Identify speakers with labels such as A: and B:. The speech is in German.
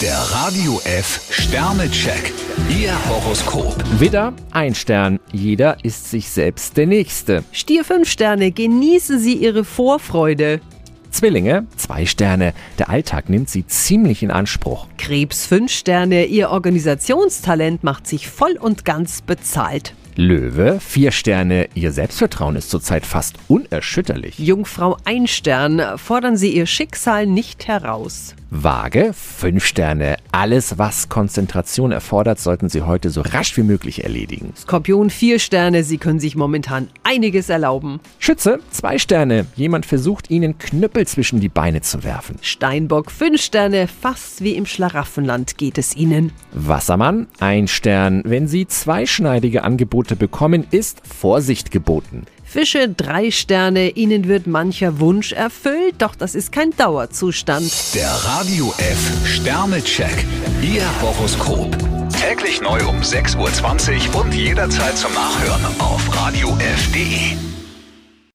A: Der Radio F Sternecheck. Ihr Horoskop.
B: Widder, ein Stern. Jeder ist sich selbst der Nächste.
C: Stier 5 Sterne, genießen Sie Ihre Vorfreude.
B: Zwillinge, zwei Sterne. Der Alltag nimmt sie ziemlich in Anspruch.
C: Krebs 5 Sterne, Ihr Organisationstalent macht sich voll und ganz bezahlt.
B: Löwe, vier Sterne. Ihr Selbstvertrauen ist zurzeit fast unerschütterlich.
C: Jungfrau 1 Stern, fordern Sie Ihr Schicksal nicht heraus.
B: Waage, fünf Sterne. Alles, was Konzentration erfordert, sollten Sie heute so rasch wie möglich erledigen.
C: Skorpion 4 Sterne, Sie können sich momentan einiges erlauben.
B: Schütze, zwei Sterne. Jemand versucht Ihnen Knüppel zwischen die Beine zu werfen.
C: Steinbock 5 Sterne, fast wie im Schlaraffenland geht es Ihnen.
B: Wassermann, ein Stern. Wenn Sie zweischneidige Angebote bekommen, ist Vorsicht geboten.
C: Fische 3 Sterne, Ihnen wird mancher Wunsch erfüllt, doch das ist kein Dauerzustand.
A: Der Radio F Sternecheck. Ihr Horoskop. Täglich neu um 6.20 Uhr und jederzeit zum Nachhören auf Radio radiof.de.